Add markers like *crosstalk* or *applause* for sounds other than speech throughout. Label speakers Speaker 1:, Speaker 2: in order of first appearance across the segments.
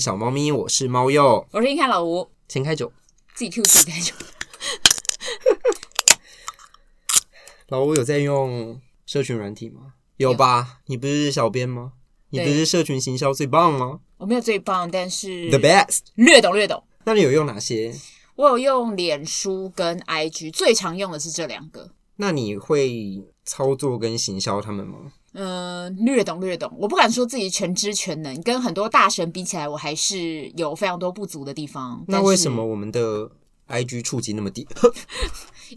Speaker 1: 小猫咪，我是猫鼬，
Speaker 2: 我是硬汉老吴，
Speaker 1: 先开酒。
Speaker 2: 自己 Q 自己开酒。
Speaker 1: 老吴有在用社群软体吗？有吧？你不是小编吗？你不
Speaker 2: 对
Speaker 1: 是社群行销最棒吗
Speaker 2: 我没有最棒，但是
Speaker 1: ？The best。
Speaker 2: 略懂略懂。
Speaker 1: 那你有用哪些？
Speaker 2: 我有用脸书跟 IG，最常用的是这两个。
Speaker 1: 那你会操作跟行销他们吗？
Speaker 2: 嗯、略懂略懂。我不敢说自己全知全能，跟很多大神比起来，我还是有非常多不足的地方。
Speaker 1: 那
Speaker 2: 但是
Speaker 1: 为什么？我们的 IG 触及那么低？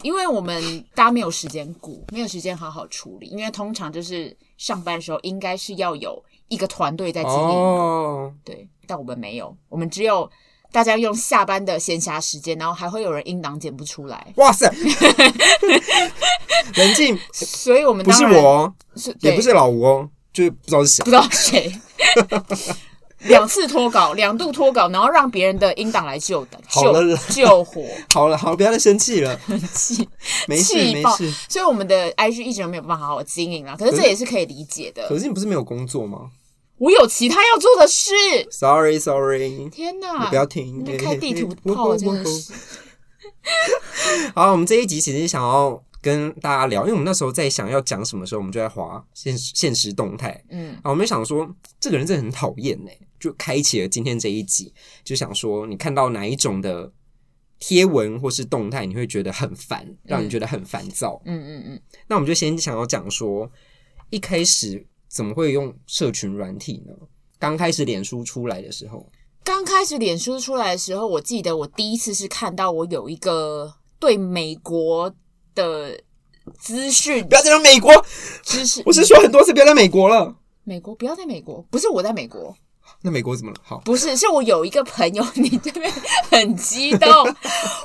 Speaker 2: 因为我们大家没有时间顾，没有时间好好处理。因为通常就是上班的时候，应该是要有一个团队在经营的。
Speaker 1: 哦，
Speaker 2: 对，但我们没有，我们只有大家用下班的闲暇时间，然后还会有人音档剪不出来，
Speaker 1: 哇
Speaker 2: *laughs*
Speaker 1: 塞！冷静，
Speaker 2: 所以我们
Speaker 1: 不
Speaker 2: 当
Speaker 1: 是
Speaker 2: 然
Speaker 1: 我哦，
Speaker 2: 是
Speaker 1: 也
Speaker 2: 对
Speaker 1: 不是老吴哦，就是不知道是谁
Speaker 2: *laughs* 不。知道谁 *laughs* 两次脱稿，两度脱稿，然后让别人的音档来救的
Speaker 1: 好
Speaker 2: 救
Speaker 1: 了啦
Speaker 2: 救火， *laughs*
Speaker 1: 好了，好了，不要再生气了，
Speaker 2: 气
Speaker 1: 没事
Speaker 2: 气
Speaker 1: 没
Speaker 2: 爆
Speaker 1: 事。
Speaker 2: 所以我们的 IG 一直都没有办法好好经营啦。可是
Speaker 1: 可
Speaker 2: 这
Speaker 1: 是
Speaker 2: 也是可以理解的
Speaker 1: 可，是你不是没有工作吗
Speaker 2: 我有其他要做的事。
Speaker 1: ？Sorry Sorry，你
Speaker 2: 天哪！
Speaker 1: 不要停，
Speaker 2: 那开地
Speaker 1: *laughs*
Speaker 2: 图
Speaker 1: 我
Speaker 2: 炮
Speaker 1: 我
Speaker 2: 真
Speaker 1: 我
Speaker 2: 的是，
Speaker 1: *laughs* 好，我们这一集其实想要跟大家聊，因为我们那时候在想要讲什么时候，我们就在划现实现实动态。
Speaker 2: 嗯，
Speaker 1: 啊，我们想说这个人真的很讨厌呢，就开启了今天这一集，就想说你看到哪一种的贴文或是动态，你会觉得很烦，让你觉得很烦躁。
Speaker 2: 嗯嗯嗯，
Speaker 1: 那我们就先想要讲说，一开始怎么会用社群软体呢？刚开始脸书出来的时候，
Speaker 2: 刚开始脸书出来的时候，我记得我第一次是看到我有一个对美国的资讯
Speaker 1: 不要再讲美国，
Speaker 2: 知识，
Speaker 1: 我是说很多次不要在美国了。
Speaker 2: 美国不要在美国，不是我在美国，
Speaker 1: 那美国怎么了？好，
Speaker 2: 不是是我有一个朋友，你这边很
Speaker 1: *laughs*
Speaker 2: 激动，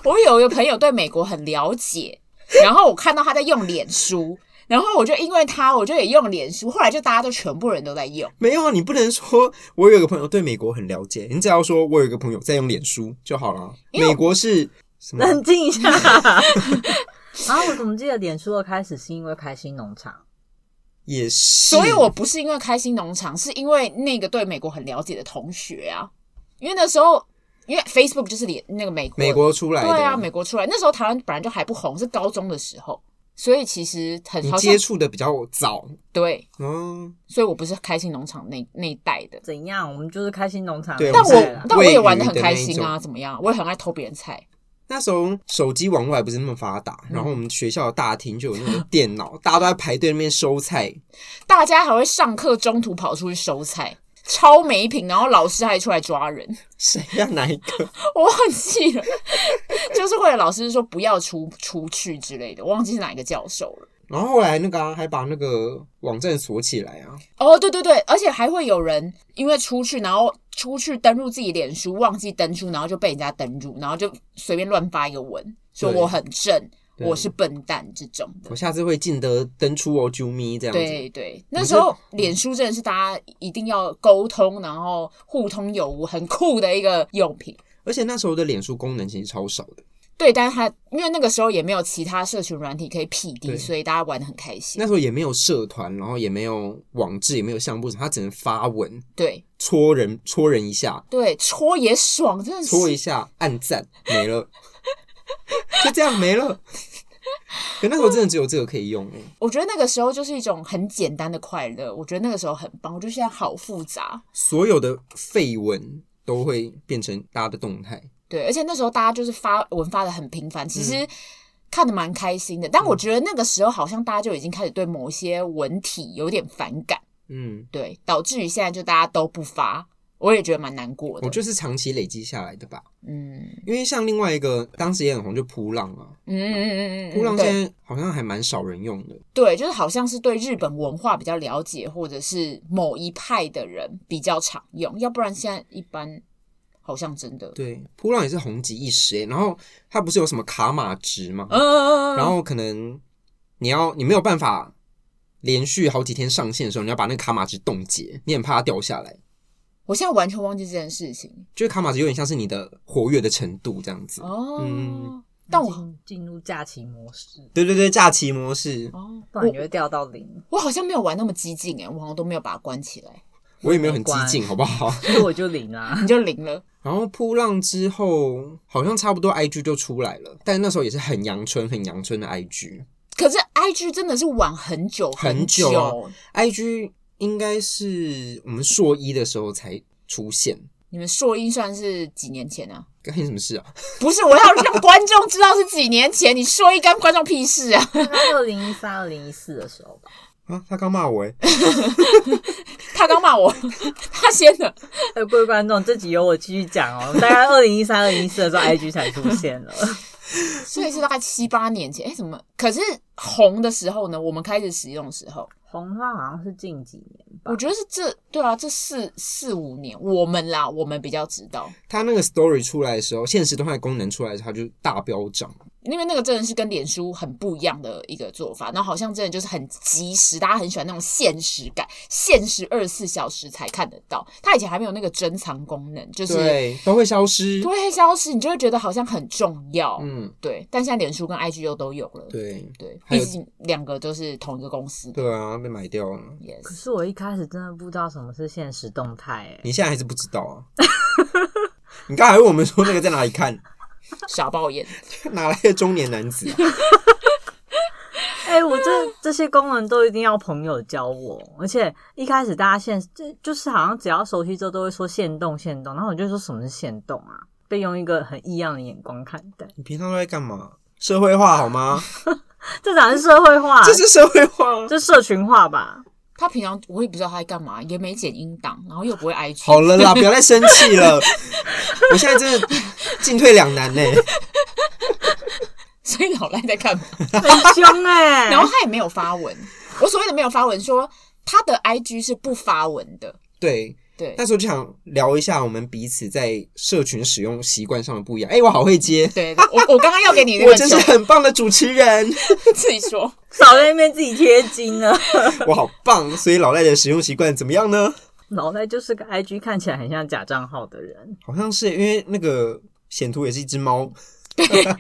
Speaker 2: 我有一个朋友对美国很了解，然后我看到他在用脸书。然后我就因为他，我就也用脸书，后来就大家都全部人都在用，
Speaker 1: 没有啊，你不能说我有一个朋友对美国很了解，你只要说我有一个朋友在用脸书就好了。
Speaker 2: 因为我
Speaker 1: 美国是什么？
Speaker 3: 嗯冷静一下。 *laughs* 然后我怎么记得脸书的开始是因为开心农场？
Speaker 1: 也是，
Speaker 2: 所以我不是因为开心农场，是因为那个对美国很了解的同学啊，因为那时候因为 Facebook 就是连那个美国
Speaker 1: 美国出来的，
Speaker 2: 对啊，美国出来那时候台湾本来就还不红，是高中的时候，所以其实很
Speaker 1: 你
Speaker 2: 好像
Speaker 1: 接触的比较早，
Speaker 2: 对，
Speaker 1: 嗯，
Speaker 2: 所以我不是开心农场那那一代的，
Speaker 3: 怎样？我们就是开心农场。
Speaker 1: 对
Speaker 2: 但
Speaker 1: 我
Speaker 2: 我
Speaker 1: 是
Speaker 2: 但我也玩的
Speaker 1: 喂鱼
Speaker 2: 很
Speaker 1: 的
Speaker 2: 开
Speaker 1: 那一
Speaker 2: 心啊，
Speaker 1: 种
Speaker 2: 怎么样？我也很爱偷别人菜，
Speaker 1: 那时候手机网络还不是那么发达，
Speaker 2: 嗯
Speaker 1: 然后我们学校的大厅就有那种电脑， *laughs* 大家都在排队那边收菜，
Speaker 2: 大家还会上课中途跑出去收菜。超没品，然后老师还出来抓人， *laughs*
Speaker 1: 谁要哪一个？
Speaker 2: 我忘记了， *laughs* 就是会有老师说不要出出去之类的，我忘记是哪一个教授了。
Speaker 1: 然后后来那个、啊、还把那个网站锁起来啊，
Speaker 2: 哦，对对对，而且还会有人因为出去，然后出去登入自己脸书，忘记登出，然后就被人家登入，然后就随便乱发一个文，说
Speaker 1: 对
Speaker 2: 我很正，
Speaker 1: 对
Speaker 2: 我是笨蛋这种的
Speaker 1: 我。下次会记得登出哦，啾咪这样子。
Speaker 2: 对对，那时
Speaker 1: 嗯
Speaker 2: 候脸书真的是大家一定要沟通，然后互通有无，很酷的一个用品。
Speaker 1: 而且那时候的脸书功能其实超少的，
Speaker 2: 对，但是它因为那个时候也没有其他社群软体可以匹敌，
Speaker 1: 对
Speaker 2: 所以大家玩的很开心
Speaker 1: 那。时候也没有社团，然后也没有网志，也没有相簿，它只能发文
Speaker 2: 对
Speaker 1: 戳人戳人一下，
Speaker 2: 对，戳也爽，真的是
Speaker 1: 戳一下，按赞，没
Speaker 2: *laughs*
Speaker 1: 了，就这样没了。可那时候真的只有这个可以用哎、
Speaker 2: 我觉得那个时候就是一种很简单的快乐，我觉得那个时候很棒。我觉得现在好复杂，
Speaker 1: 所有的绯闻都会变成大家的动态。
Speaker 2: 对，而且那时候大家就是发文发的很频繁，其实
Speaker 1: 嗯
Speaker 2: 看的蛮开心的。但我觉得那个时候好像大家就已经开始对某些文体有点反感，
Speaker 1: 嗯，
Speaker 2: 对，导致于现在就大家都不发，我也觉得蛮难过的。
Speaker 1: 我就是长期累积下来的吧。
Speaker 2: 嗯
Speaker 1: 因为像另外一个当时也很红，就扑浪啊，
Speaker 2: 嗯嗯嗯嗯
Speaker 1: 扑
Speaker 2: 嗯，
Speaker 1: 浪
Speaker 2: 对
Speaker 1: 现在好像还蛮少人用的。
Speaker 2: 对，就是好像是对日本文化比较了解，或者是某一派的人比较常用，要不然现在一般好像真的，
Speaker 1: 对，扑浪也是红极一时哎、然后它不是有什么卡码值嘛，
Speaker 2: 嗯嗯嗯嗯，
Speaker 1: 然后可能你要你没有办法连续好几天上线的时候，你要把那个卡码值冻结，你很怕它掉下来。
Speaker 2: 我现在完全忘记这件事情
Speaker 1: 就是卡马子有点像是你的活跃的程度这样子。
Speaker 2: 哦。
Speaker 1: 嗯
Speaker 2: 但我
Speaker 3: 进进入假期模式，
Speaker 1: 对对对，假期模式，
Speaker 2: 哦，
Speaker 3: 不然你
Speaker 2: 我
Speaker 3: 会掉到零。
Speaker 2: 欸我好像没有玩那么激进哎，我好像都没有把它关起来。
Speaker 1: 我也没有很激
Speaker 3: 关
Speaker 2: *laughs*
Speaker 1: 进，好不好？ *laughs*
Speaker 3: 所以我就零啊。
Speaker 2: 你就零了。
Speaker 1: 然后扑浪之后，好像差不多 IG 就出来了，但那时候也是很阳春、很阳春的 IG。
Speaker 2: 可是 I G 真的是晚很久
Speaker 1: 很久
Speaker 2: 久，
Speaker 1: 啊 IG 应该是我们硕一的时候才出现，
Speaker 2: 你们硕一算是几年前啊？
Speaker 1: 干你什么事啊？
Speaker 2: 不是，我要让观众知道是几年前。你硕一干观众屁事啊？ *laughs*
Speaker 3: 二零一三、二零一四的时候吧，
Speaker 1: 啊，他刚骂我哎、
Speaker 2: 他刚骂我， *laughs* 他先的。
Speaker 3: *laughs* 哎，各位观众，这集由我继续讲哦。大概二零一三、二零一四的时 *laughs* 候，IG 才出现了。
Speaker 2: 所以是大概七八年前，哎、怎么？可是红的时候呢，我们开始使用的时候，
Speaker 3: 红的话好像是近几年吧
Speaker 2: 我。觉得是这对啊，这四四五年，我们啦，我们比较知道，
Speaker 1: *laughs* 他那个 Story 出来的时候，现实动态功能出来的时候，它就大飙涨。
Speaker 2: 因为那个真的是跟脸书很不一样的一个做法，然后好像真的就是很及时，大家很喜欢那种现实感，限时二十四小时才看得到。它以前还没有那个珍藏功能，就是
Speaker 1: 对，都会消失
Speaker 2: 突。然消失，你就会觉得好像很重要，
Speaker 1: 嗯，
Speaker 2: 对。但现在脸书跟 IG 又都有了，
Speaker 1: 对，
Speaker 2: 对，
Speaker 1: 还有
Speaker 2: 毕竟两个都是同一个公司的
Speaker 1: 对啊，被买掉了。
Speaker 2: ，yes。
Speaker 3: 可是我一开始真的不知道什么是现实动态，哎，
Speaker 1: 你现在还是不知道 *laughs* 啊？你刚才还问我们说那个在哪里看？
Speaker 2: 傻爆眼，
Speaker 1: 哪来的中年男子、 *laughs* 啊？
Speaker 3: *laughs* 哎、我这这些功能都一定要朋友教我，而且一开始大家现这就是好像只要熟悉之后都会说限动限动，然后我就说什么是限动啊，被用一个很异样的眼光看待，
Speaker 1: 你平常都在干嘛？社会化好吗？
Speaker 3: 这哪是社会化？
Speaker 1: 这是社会化啊。
Speaker 3: 这社群化吧？
Speaker 2: 他平常我也不知道他在干嘛，也没剪音档，然后又不会 IG。
Speaker 1: 好了啦，不要再生气 *laughs* 了。我现在真的进退两难欸呢、
Speaker 2: 所以老赖在干嘛？
Speaker 3: 很凶
Speaker 2: *laughs*
Speaker 3: 哎、
Speaker 2: 然后他也没有发文。我所谓的没有发文说，他的 IG 是不发文的。
Speaker 1: 对，
Speaker 2: 对
Speaker 1: 那时候就想聊一下我们彼此在社群使用习惯上的不一样。哎、我好会接，
Speaker 2: 对，我我刚刚要给你那
Speaker 1: *laughs* 我
Speaker 2: 个
Speaker 1: 真是
Speaker 2: 球，
Speaker 1: 很棒的主持人， *laughs*
Speaker 2: 自己说。
Speaker 3: 少在那边自己贴金了。
Speaker 1: 我好棒。所以老赖的使用习惯怎么样呢？
Speaker 3: 脑袋就是个 IG 看起来很像假账号的人，
Speaker 1: 好像是因为那个显图也是一只猫，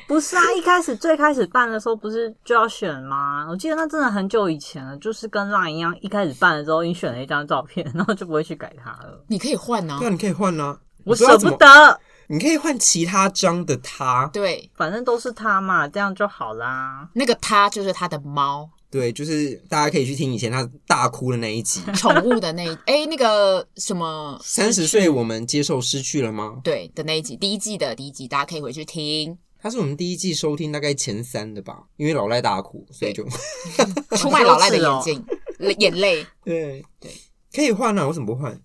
Speaker 3: 不是啊？一开始最开始办的时候不是就要选吗？我记得那真的很久以前了，就是跟 LINE 一样，一开始办的时候你选了一张照片，然后就不会去改它了。
Speaker 2: 你可以换啊
Speaker 1: 对，啊，你可以换啊。
Speaker 3: 我
Speaker 1: 你知道
Speaker 3: 舍
Speaker 1: 怎
Speaker 3: 不
Speaker 1: 么，
Speaker 3: 得，
Speaker 1: 你可以换其他张的他。
Speaker 2: 对，
Speaker 3: 反正都是他嘛，这样就好啦。
Speaker 2: 那个他就是他的猫，
Speaker 1: 对，就是大家可以去听以前他大哭的那一
Speaker 3: *laughs*
Speaker 1: 集。
Speaker 2: 宠物的那一哎那个什么
Speaker 1: 三十岁，我们接受失去了吗？
Speaker 2: 对的那一集，第一季的第一集，大家可以回去听。
Speaker 1: 它是我们第一季收听大概前三的吧，因为老赖大哭，所以就
Speaker 2: 出卖老赖的眼睛、眼泪，
Speaker 1: *laughs* 对
Speaker 2: 对，
Speaker 1: 可以换啊，为什么不换？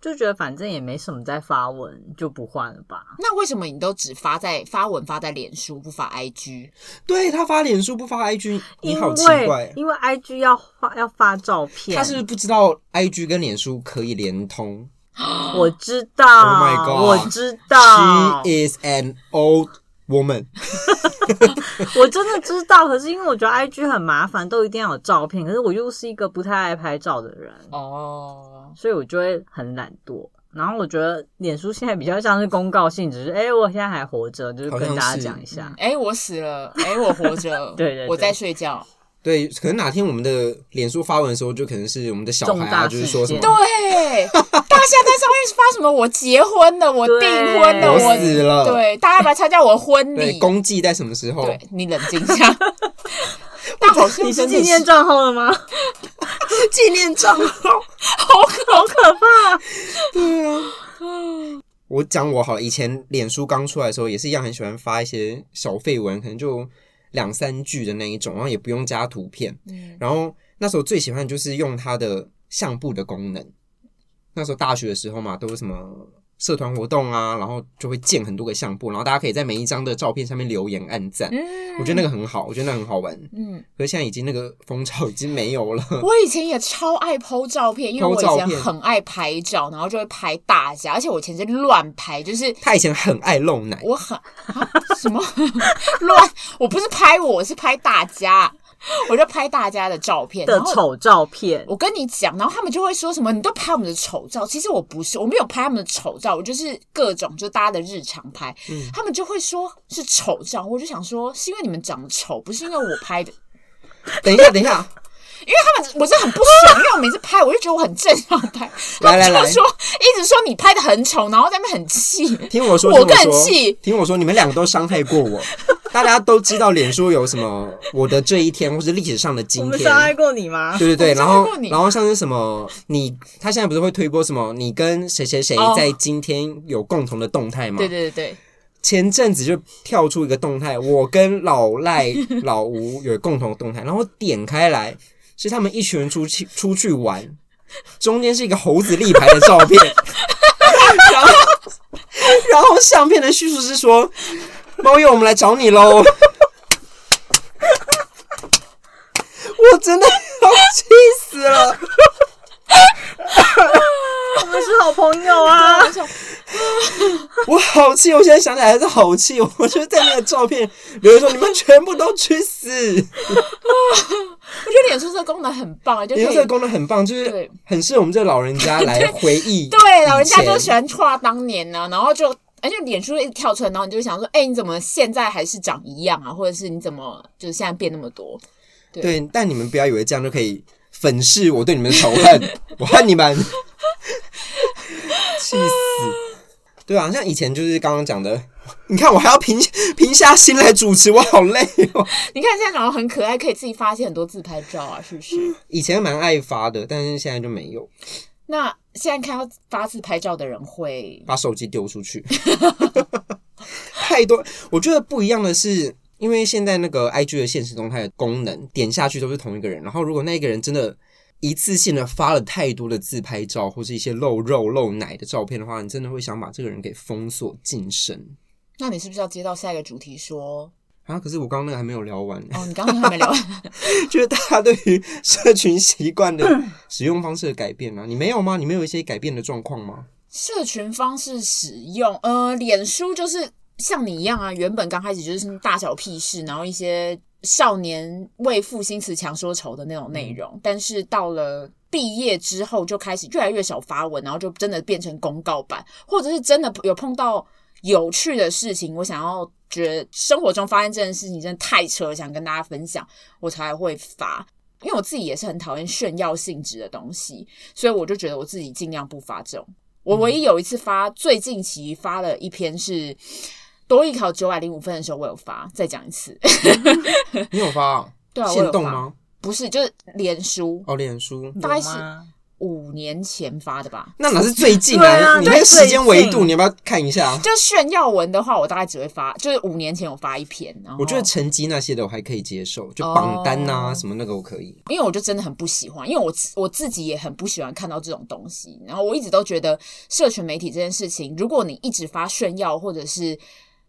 Speaker 3: 就觉得反正也没什么在发文，就不换了吧。
Speaker 2: *laughs* 那为什么你都只发在发文发在脸书，不发 IG？
Speaker 1: 对他发脸书不发 IG，你
Speaker 3: 因
Speaker 1: 好奇
Speaker 3: 为
Speaker 1: 怪，
Speaker 3: 因为 IG 要发要发照片，
Speaker 1: 他是不是不知道 IG 跟脸书可以连通。
Speaker 3: 我知道
Speaker 1: Oh my god
Speaker 3: 我知道，
Speaker 1: She is an old woman，
Speaker 3: 我真的知道。可是因为我觉得 IG 很麻烦，都一定要有照片。可是我又是一个不太爱拍照的人，
Speaker 2: 哦，
Speaker 3: 所以我就会很懒惰。然后我觉得脸书现在比较像是公告性，只是哎、诶我现在还活着，就是
Speaker 1: 好
Speaker 3: 跟
Speaker 1: 像
Speaker 3: 大家
Speaker 1: 是嗯
Speaker 3: 讲一下。
Speaker 2: 哎、我死了，哎、我活着，
Speaker 3: 对对对
Speaker 2: 我在睡觉，
Speaker 1: 对，可能哪天我们的脸书发文的时候，就可能是我们的小孩
Speaker 3: 重
Speaker 1: 啊，
Speaker 3: 大
Speaker 1: 就
Speaker 3: 事
Speaker 1: 是说
Speaker 3: 件
Speaker 1: 什么
Speaker 2: 对，大家在上面发什么？我结婚了，我
Speaker 3: 对
Speaker 2: 订婚了，
Speaker 1: 我
Speaker 2: 我
Speaker 1: 死了
Speaker 2: 对，大家要不要参加我的婚
Speaker 1: 对
Speaker 2: 礼？
Speaker 1: 公祭在什么时候？
Speaker 2: 对你冷静一下。但好像
Speaker 3: 你是
Speaker 2: 真的
Speaker 3: 纪念账号了吗？
Speaker 1: 哎纪念账号。
Speaker 2: 好可怕，
Speaker 1: 我讲我好了，以前脸书刚出来的时候，也是一样很喜欢发一些小废文，可能就两三句的那一种，然后也不用加图片。
Speaker 2: 嗯
Speaker 1: 然后那时候最喜欢就是用它的相簿的功能。那时候大学的时候嘛，都有什么社团活动啊，然后就会建很多个相簿，然后大家可以在每一张的照片上面留言、按赞。
Speaker 2: 嗯
Speaker 1: 我觉得那个很好，我觉得那很好玩。
Speaker 2: 嗯，
Speaker 1: 可是现在已经那个风潮已经没有了。
Speaker 2: *laughs* 我以前也超爱剖照片，因为我以前很爱拍照，然后就会拍大家，而且我以前是乱拍，就是
Speaker 1: 他以前很爱露奶，
Speaker 2: 我很、啊、什么 *laughs* 乱，我不是拍我，我是拍大家，我就拍大家的照片
Speaker 3: 的
Speaker 2: 然后
Speaker 3: 丑照片，
Speaker 2: 我跟你讲，然后他们就会说什么，你都拍我们的丑照。其实我不是，我没有拍他们的丑照，我就是各种就大家的日常拍。他们就会说是丑照，我就想说是因为你们长得丑，不是因为我拍的。
Speaker 1: 等一下，等一下，
Speaker 2: 因为他们我是很不爽，因为我每次拍我就觉得我很正常拍，
Speaker 1: *laughs* 来来
Speaker 2: 他们
Speaker 1: 来
Speaker 2: 就，说一直说你拍的很丑，然后在那边
Speaker 1: *laughs*
Speaker 2: 很气，
Speaker 1: 听我说，
Speaker 2: 我
Speaker 1: 听
Speaker 2: 更
Speaker 1: 说
Speaker 2: 气
Speaker 1: 听我说，你们两个都伤害过我。大家都知道脸书有什么我的这一天，或是历史上的
Speaker 3: 我
Speaker 1: 今
Speaker 3: 们
Speaker 1: 天
Speaker 3: 伤。害过你吗？
Speaker 1: 对对对，
Speaker 2: 我伤
Speaker 1: 然
Speaker 2: 害
Speaker 1: 后
Speaker 2: 过你
Speaker 1: 然后像是什么，你他现在不是会推播什么，你跟谁谁谁
Speaker 2: 哦
Speaker 1: 在今天有共同的动态吗？
Speaker 2: 对对对对，
Speaker 1: 前阵子就跳出一个动态，我跟老赖、老吴有共同动态，然后点开来是他们一群人出去出去玩，中间是一个猴子立牌的照片，然后然后相片的叙述是说：“猫友，我们来找你喽！”我真的要气死了，
Speaker 3: 我们是好朋友啊！
Speaker 2: 没错，
Speaker 1: 我好气！我现在想起来还是好气，我就在那个照片留言说：“你们全部都去死！”
Speaker 2: 我觉得脸书这个功能很棒，欸就可
Speaker 1: 你说
Speaker 2: 以
Speaker 1: 哎这个功能很棒，就是
Speaker 2: 对
Speaker 1: 很适合我们这个老人家来回忆。
Speaker 2: *laughs* 对，老人家就喜。欢画当年呢、然后就。而且脸书一直跳出来，然后你就会想说，哎、你怎么现在还是长一样啊？或者是你怎么就是现在变那么多？
Speaker 1: 对，但你们不要以为这样就可以粉饰我对你们的仇
Speaker 2: *laughs*
Speaker 1: 恨，我恨你们， *laughs* 气死！对啊，像以前就是刚刚讲的，你看我还要平平下心来主持，我好累哦。
Speaker 2: 你看现在老人很可爱，可以自己发一些很多自拍照啊，是不是？
Speaker 1: 以前蛮爱发的，但是现在就没有，
Speaker 2: 那现在看到发自拍照的人会，
Speaker 1: 把手机丢出去。 *laughs* 太多，我觉得不一样的是，因为现在那个 IG 的现实动态的功能，点下去都是同一个人。然后如果那个人真的一次性的发了太多的自拍照，或是一些露肉露奶的照片的话，你真的会想把这个人给封锁晋升
Speaker 2: 那你是不是要接到下一个主题说，
Speaker 1: 啊！可是我刚刚那个还没有聊完， *laughs*
Speaker 2: 哦，你刚刚还没聊完，
Speaker 1: 就是大家对于社群习惯的使用方式的改变啊，你没有吗？你没有一些改变的状况吗？
Speaker 2: 社群方式使用，呃，脸书就是像你一样啊，原本刚开始就是大小屁事，然后一些少年为赋新词强说愁的那种内容，但是到了。毕业之后就开始越来越少发文，然后就真的变成公告版，或者是真的有碰到有趣的事情，我想要觉得生活中发生这件事情真的太扯，想跟大家分享， *laughs* 我才会发。因为我自己也是很讨厌炫耀性质的东西，所以我就觉得我自己尽量不发这种
Speaker 1: 嗯
Speaker 2: 我唯一有一次发，最近期发了一篇是多艺考九百零五分的时候，我有发，再讲一次， *laughs*
Speaker 1: 你有发、啊？
Speaker 2: 对啊我有
Speaker 1: 限动
Speaker 2: 发
Speaker 1: 吗？
Speaker 2: 不是就是脸书
Speaker 1: 哦，脸书。
Speaker 2: 大概
Speaker 3: 有
Speaker 2: 是
Speaker 3: 吗
Speaker 2: 五年前发的吧。
Speaker 1: 那哪是最近
Speaker 3: 对啊
Speaker 1: 你那个
Speaker 3: 对
Speaker 1: 时间维
Speaker 3: 最
Speaker 1: 度，
Speaker 3: 近
Speaker 1: 你要不要看一下？
Speaker 2: 就炫耀文的话，我大概只会发，就是五年前我发一篇，然后
Speaker 1: 我觉得成绩那些的我还可以接受，就榜单呐、
Speaker 2: 哦
Speaker 1: 什么那个我可以。
Speaker 2: 因为我就真的很不喜欢，因为我自我自己也很不喜欢看到这种东西。然后我一直都觉得社群媒体这件事情，如果你一直发炫耀或者是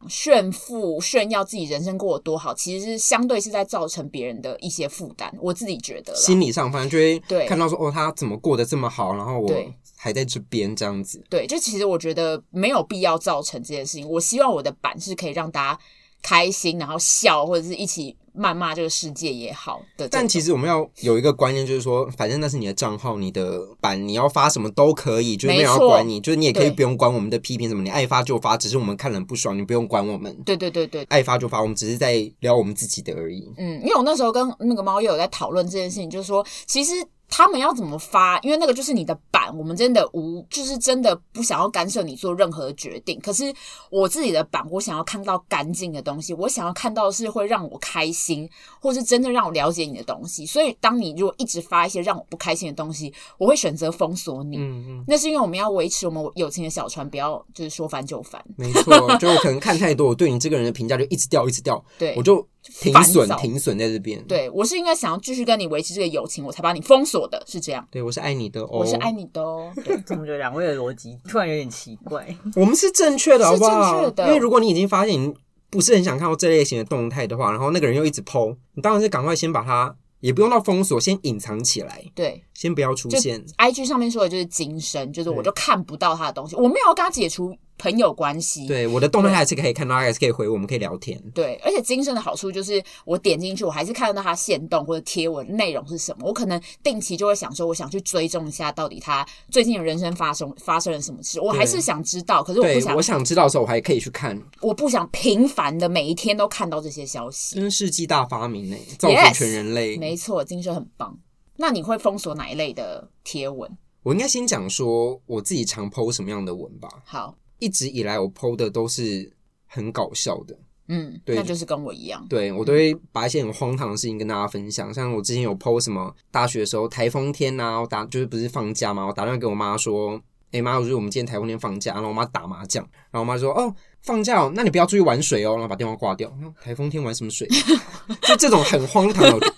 Speaker 2: 炫富、炫耀自己人生过得多好，其实是相对是在造成别人的一些负担。我自己觉得啦，
Speaker 1: 心理上，反正就会
Speaker 2: 对
Speaker 1: 看到说哦，他怎么过得这么好，然后我
Speaker 2: 对
Speaker 1: 还在这边这样子。
Speaker 2: 对，就其实我觉得没有必要造成这件事情。我希望我的版是可以让大家开心，然后笑，或者是一起谩骂这个世界也好的这种。
Speaker 1: 但其实我们要有一个观念，就是说，反正那是你的账号，你的版，你要发什么都可以，就是没有人要
Speaker 2: 没错
Speaker 1: 管你，就是你也可以
Speaker 2: 对
Speaker 1: 不用管我们的批评什么，你爱发就发，只是我们看了很不爽，你不用管我们，
Speaker 2: 对对对对
Speaker 1: 爱发就发，我们只是在聊我们自己的而已。
Speaker 2: 嗯，因为我那时候跟那个猫友在讨论这件事情，就是说，其实他们要怎么发，因为那个就是你的版，我们真的无，就是真的不想要干涉你做任何决定。可是我自己的版，我想要看到干净的东西，我想要看到是会让我开心，或是真的让我了解你的东西。所以，当你如果一直发一些让我不开心的东西，我会选择封锁你。
Speaker 1: 嗯嗯，
Speaker 2: 那是因为我们要维持我们友情的小船，不要就是说翻就翻。
Speaker 1: 没错，就我可能看太多，我对你这个人的评价就一直掉，一直掉，
Speaker 2: 对，
Speaker 1: 我就停
Speaker 2: 烦
Speaker 1: 损，
Speaker 2: 躁
Speaker 1: 停损在这边。
Speaker 2: 对我是应该想要继续跟你维持这个友情，我才把你封锁的，是这样。
Speaker 1: 对，我是爱你的哦，
Speaker 2: 我是爱你的哦。 *laughs* 对
Speaker 3: 怎么觉得两位的逻辑突然有点奇怪？
Speaker 1: 我们是正确的，好
Speaker 2: 是
Speaker 1: 不好？
Speaker 2: 正确的
Speaker 1: 因为如果你已经发现你不是很想看到这类型的动态的话，然后那个人又一直 PO，你当然是赶快先把它，也不用到封锁，先隐藏起来，
Speaker 2: 对
Speaker 1: 先不要出
Speaker 2: 就
Speaker 1: 现。
Speaker 2: ，IG 上面说的就是今生，就是我就看不到他的东西，我没有要跟他解除朋友关系。
Speaker 1: 对，我的动态还是可以看到，还是可以回，我们可以聊天。
Speaker 2: 对而且今生的好处就是我点进去，我还是看得到他现动或者贴文内容是什么。我可能定期就会想说，我想去追踪一下到底他最近的人生发生发生了什么事，我还是想知道，可是我不
Speaker 1: 对，
Speaker 2: 想，
Speaker 1: 我
Speaker 2: 我
Speaker 1: 想知道的时候，我还可以去看，
Speaker 2: 不想频繁的每一天都看到这些消息。
Speaker 1: 真是世纪大发明呢、造福
Speaker 2: Yes，
Speaker 1: 全人类。
Speaker 2: 没错，今生很棒。那你会封锁哪一类的贴文？
Speaker 1: 我应该先讲说我自己常 PO 什么样的文吧。
Speaker 2: 好，
Speaker 1: 一直以来我 PO 的都是很搞笑的，
Speaker 2: 嗯，
Speaker 1: 对
Speaker 2: 那就是跟我一样。
Speaker 1: 对我都会把一些很荒唐的事情跟大家分享。像我之前有 PO 什么大学的时候台风天呐、我打就是不是放假嘛，我打电话给我妈说。哎、妈，我觉得我们今天台风天放假，然后我妈打麻将，然后我妈说：“哦，放假哦，那你不要出去玩水哦。”然后把电话挂掉。我说台风天玩什么水？ *laughs* 就这种很荒唐的， *laughs*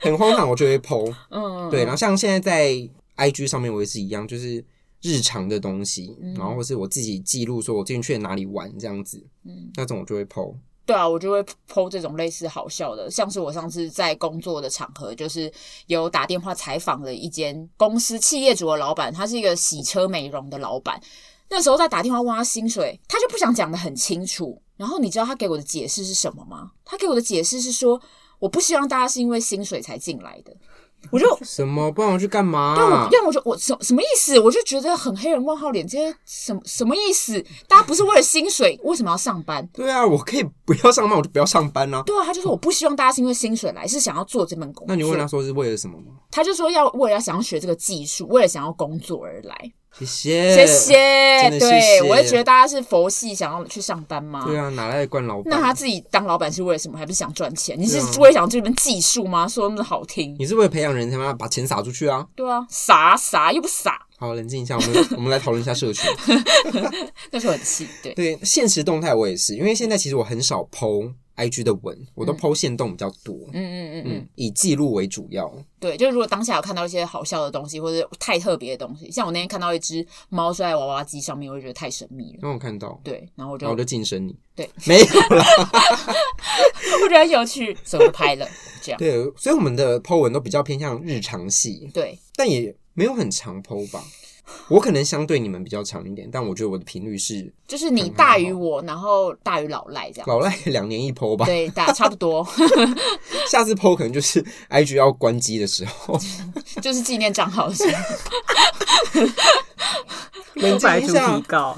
Speaker 1: 很荒唐，我就会 PO。
Speaker 2: 嗯，
Speaker 1: 对，然后像现在在 IG 上面，我也是一样，就是日常的东西，
Speaker 2: 嗯
Speaker 1: 然后或是我自己记录说我最近去哪里玩这样子，
Speaker 2: 嗯
Speaker 1: 那种我就会 PO。
Speaker 2: 对啊，我就会 PO 这种类似好笑的，像是我上次在工作的场合，就是有打电话采访了一间公司企业主的老板，他是一个洗车美容的老板。那时候在打电话问他薪水，他就不想讲得很清楚。然后你知道他给我的解释是什么吗？他给我的解释是说，我不希望大家是因为薪水才进来的。我就
Speaker 1: 什么？不然我去干嘛、啊
Speaker 2: 让我让我就我什什么意思？我就觉得很黑人问号脸，这些什么什么意思？大家不是为了薪水，为什么要上班？
Speaker 1: *laughs* 对啊，我可以不要上班，我就不要上班啦、
Speaker 2: 对啊，他就说我不希望大家是因为薪水来，是想要做这份工作。
Speaker 1: 那你问他，说是为了什么吗？
Speaker 2: 他就说要为了想要学这个技术，为了想要工作而来。
Speaker 1: 谢谢，
Speaker 2: 谢谢，
Speaker 1: 哎真的
Speaker 2: 对
Speaker 1: 谢谢
Speaker 2: 我就觉得大家是佛系，想要去上班吗？
Speaker 1: 对啊，哪来的惯老
Speaker 2: 那他
Speaker 1: 板？
Speaker 2: 自己当老板是为了什么？还不是想赚钱？你
Speaker 1: 对啊
Speaker 2: 是为了想这门技术吗？说那么好听，
Speaker 1: 你是为了培养人才吗？把钱撒出去啊！
Speaker 2: 对啊，傻傻又不傻，
Speaker 1: 好，冷静一下，我
Speaker 2: *laughs*
Speaker 1: 们我们来讨论一下社群。
Speaker 2: 那时候很气，对，
Speaker 1: 对，现实动态我也是，因为现在其实我很少 PO IG 的文，我都 PO 现动比较多。
Speaker 2: 嗯嗯嗯嗯，
Speaker 1: 嗯，以记录为主要。
Speaker 2: 对，就是如果当下有看到一些好笑的东西，或者太特别的东西，像我那天看到一只猫摔在娃娃机上面，我就觉得太神秘了。
Speaker 1: 让我看到，
Speaker 2: 对，然后我
Speaker 1: 嗯
Speaker 2: 就
Speaker 1: 然后我就晋升你。
Speaker 2: 对，
Speaker 1: 没有啦。
Speaker 2: 我觉得很有趣，所以我就拍了 *laughs* 这样。
Speaker 1: 对，所以我们的 Po 文都比较偏向日常系，
Speaker 2: 对，
Speaker 1: 但也没有很长 Po 吧。我可能相对你们比较长一点，但我觉得我的频率是
Speaker 2: 就是你大于我，然后大于老赖这样。
Speaker 1: 老赖两年一 Po 吧。
Speaker 2: 对，大差不多， *laughs*
Speaker 1: 下次 Po 可能就是 IG 要关机的时候。
Speaker 2: 就是纪念账号的时候。
Speaker 1: 冷
Speaker 3: 不排
Speaker 1: 静一
Speaker 3: 除
Speaker 1: 下
Speaker 3: 提。
Speaker 1: *laughs*
Speaker 3: 高。